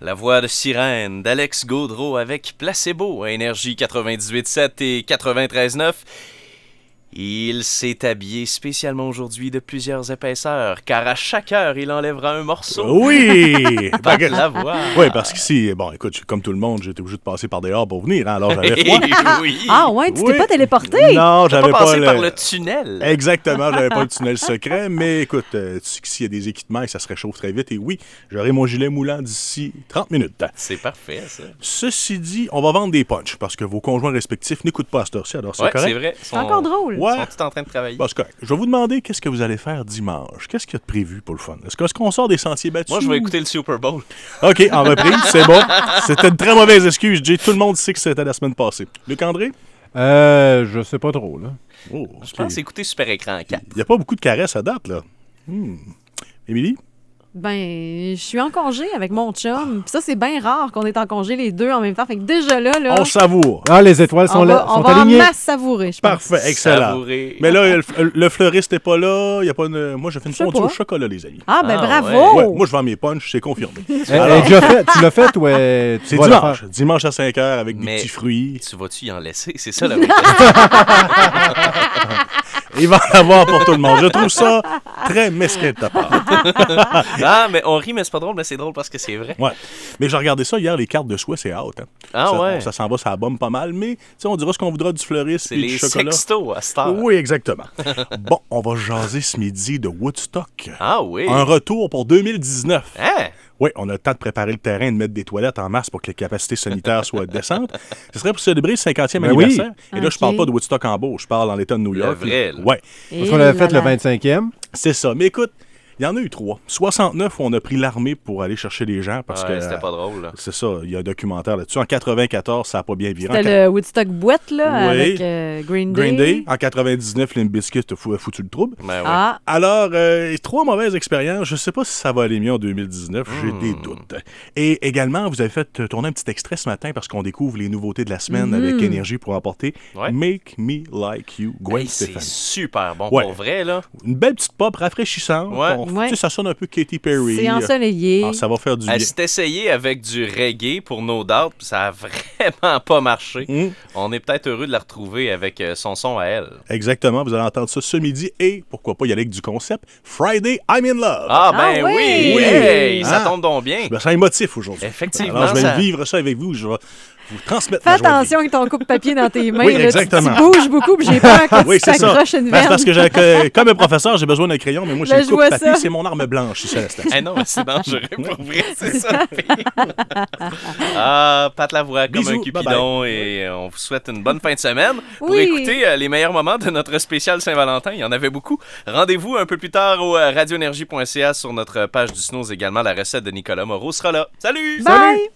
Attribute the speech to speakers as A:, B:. A: La voix de Sirène d'Alex Gaudreau avec Placebo à Énergie 98.7 et 93.9. Il s'est habillé spécialement aujourd'hui de plusieurs épaisseurs, car à chaque heure, il enlèvera un
B: Oh,
A: morceau.
B: Oui!
A: Par la voix.
B: Oui, parce qu'ici, bon, écoute, je- comme tout le monde, j'étais obligé de passer par dehors pour venir, hein, alors j'avais froid.
A: oui.
C: Ah ouais, tu
B: Oui.
C: t'es pas téléporté?
A: T'as
B: Non, j'avais
A: pas
B: pas,
A: passé
B: le...
A: par le tunnel.
B: Exactement, j'avais pas le tunnel secret, mais écoute, euh, tu sais que s'il y a des équipements et que ça se réchauffe très vite, et oui, j'aurai mon gilet moulant d'ici 30 minutes.
A: C'est parfait, ça.
B: Ceci dit, on va vendre des punchs, parce que vos conjoints respectifs n'écoutent pas à cette heure-ci, alors c'est
A: Ouais, c'est
B: correct.
A: vrai. Ils
C: C'est
A: sont-
C: encore drôle.
B: Oh, Ouais.
A: Ils sont tous en train de travailler.
B: Bon, c'est correct. Je vais vous demander qu'est-ce que vous allez faire dimanche. Qu'est-ce qu'il y a de prévu pour le fun? Est-ce que- est-ce qu'on sort des sentiers battus?
A: Moi, je vais écouter le Super Bowl.
B: OK, en reprise, c'est bon. C'était une très mauvaise excuse, Jay. Tout le monde sait que c'était la semaine passée. Luc André?
D: Euh, je sais pas trop, là.
B: Oh,
A: Je pense écouter Super Écran 4.
B: Il n'y a pas beaucoup de caresses à date, là. Hmm. Émilie?
C: Ben, je suis en congé avec mon chum. Puis ça, c'est bien rare qu'on est en congé les deux en même temps. Fait que déjà là, là
B: On savoure.
D: Ah, les étoiles
C: on
D: sont, là,
C: va, on
D: sont
C: va en
D: alignées.
C: masse savourer, je pense.
B: Parfait, excellent.
A: Savouré.
B: Mais là, le, le fleuriste n'est pas là. Il y a pas une... Moi, j'ai fait une
C: Je sais
B: fondue
C: pas.
B: au chocolat, les amis.
C: Ah, ben
A: Ah,
C: bravo!
B: Ouais, moi, je vends mes punchs, c'est confirmé.
D: Elle- elle est déjà faite. Eh, Tu l'as faite ou euh, tu
B: C'est
D: vas la
B: dimanche.
D: faire?
B: Dimanche à 5 h avec des
A: Mais-
B: petits fruits.
A: Tu vas-tu y en laisser? C'est ça la vraie question.
B: Il va en avoir pour tout le monde. Je trouve ça très mesquin de ta part.
A: Ah, mais on rit, mais c'est pas drôle, mais c'est drôle parce que c'est vrai.
B: Ouais. Mais j'ai regardé ça hier, les cartes de soie, c'est out. hein.
A: Ah
B: ça,
A: ouais.
B: Ça s'en va, ça bombe pas mal, mais tu sais, on dira ce qu'on voudra du fleuriste
A: C'est
B: et du
A: les
B: chocolat.
A: sextos à Star.
B: Oui, exactement. bon, on va jaser ce midi de Woodstock.
A: Ah oui.
B: Un retour pour 2019.
A: Hein?
B: Oui, on a le temps de préparer le terrain et de mettre des toilettes en masse pour que les capacités sanitaires soient décentes. Ce serait pour célébrer le 50e
D: Ben oui.
B: anniversaire. Et là, je parle
C: Ok.
B: pas de Woodstock en beau, je parle en l'État de New
A: Le
B: York.
A: vrai, là.
B: Oui,
C: Et
D: Parce qu'on l'avait
C: là
D: faite le
C: là.
D: 25e.
B: c'est ça. Mais écoute, il y en a eu trois. 69, où on a pris l'armée pour aller chercher les gens parce
A: Ouais,
B: que.
A: c'était pas drôle. là.
B: C'est ça, il y a un documentaire là-dessus. En 94, ça n'a pas bien viré. En
C: C'était le Woodstock boîte, là,
B: Oui.
C: avec euh, Green,
B: Green Day. En 99, Limp Bizkit a fou- a foutu le trouble.
A: Ben oui.
C: Ah,
B: Alors, euh, trois mauvaises expériences. Je ne sais pas si ça va aller mieux en 2019. J'ai
A: Hmm.
B: des doutes. Et également, vous avez fait euh, tourner un petit extrait ce matin parce qu'on découvre les nouveautés de la semaine
C: Hmm.
B: avec énergie pour emporter.
A: Ouais.
B: Make me like you, Gwen
A: Hey, c'est
B: Stefani.
A: super bon
B: Ouais.
A: pour vrai, là.
B: Une belle petite pop rafraîchissante.
A: Ouais.
B: On-
C: Ouais.
B: tu sais, ça sonne un peu Katy Perry.
C: Ah, c'est ensoleillé.
B: Ah, ça va faire du bien.
A: Elle s'est essayée avec du reggae pour No Doubt, puis ça a vraiment pas marché.
B: Mm.
A: On est peut-être heureux de la retrouver avec euh, son son à elle.
B: Exactement, vous allez entendre ça ce midi et pourquoi pas y aller avec du concept Friday I'm in love.
A: Ah,
C: Ah
A: ben
C: oui!
A: oui!
B: Oui.
A: Hey, ça
B: Ah.
A: tombe donc bien.
B: Je me sens émotif aujourd'hui.
A: Effectivement,
B: Alors, je vais
A: ça-
B: vivre ça avec vous. Je vais vous transmettre
C: Fais
B: ma joie de vivre.
C: attention avec ton coupe-papier dans tes mains.
B: Oui,
C: là, tu-
B: exactement.
C: Tu bouges beaucoup, puis j'ai peur que
B: Oui,
C: tu
B: c'est ça.
C: t'accroches
B: Ben,
C: une
B: c'est
C: veine.
B: parce que j'ai- que- comme un professeur, j'ai besoin d'un crayon, mais moi, j'ai
C: Là,
B: le
C: je vois
B: coupe-papier,
C: ça.
B: c'est mon arme blanche ici à l'instant.
A: Ah non, mais c'est dangereux pour vrai, c'est ça. le pire. ah, Pat Lavoie comme
B: Bisous,
A: un cupidon et euh, on vous souhaite une bonne fin de semaine. Pour
C: Oui.
A: écouter euh, les meilleurs moments de notre spécial Saint-Valentin, il y en avait beaucoup. Rendez-vous un peu plus tard au euh, radioénergie.ca sur notre page du Snows également la recette de Nicolas Moreau sera là. Salut!
C: Bye!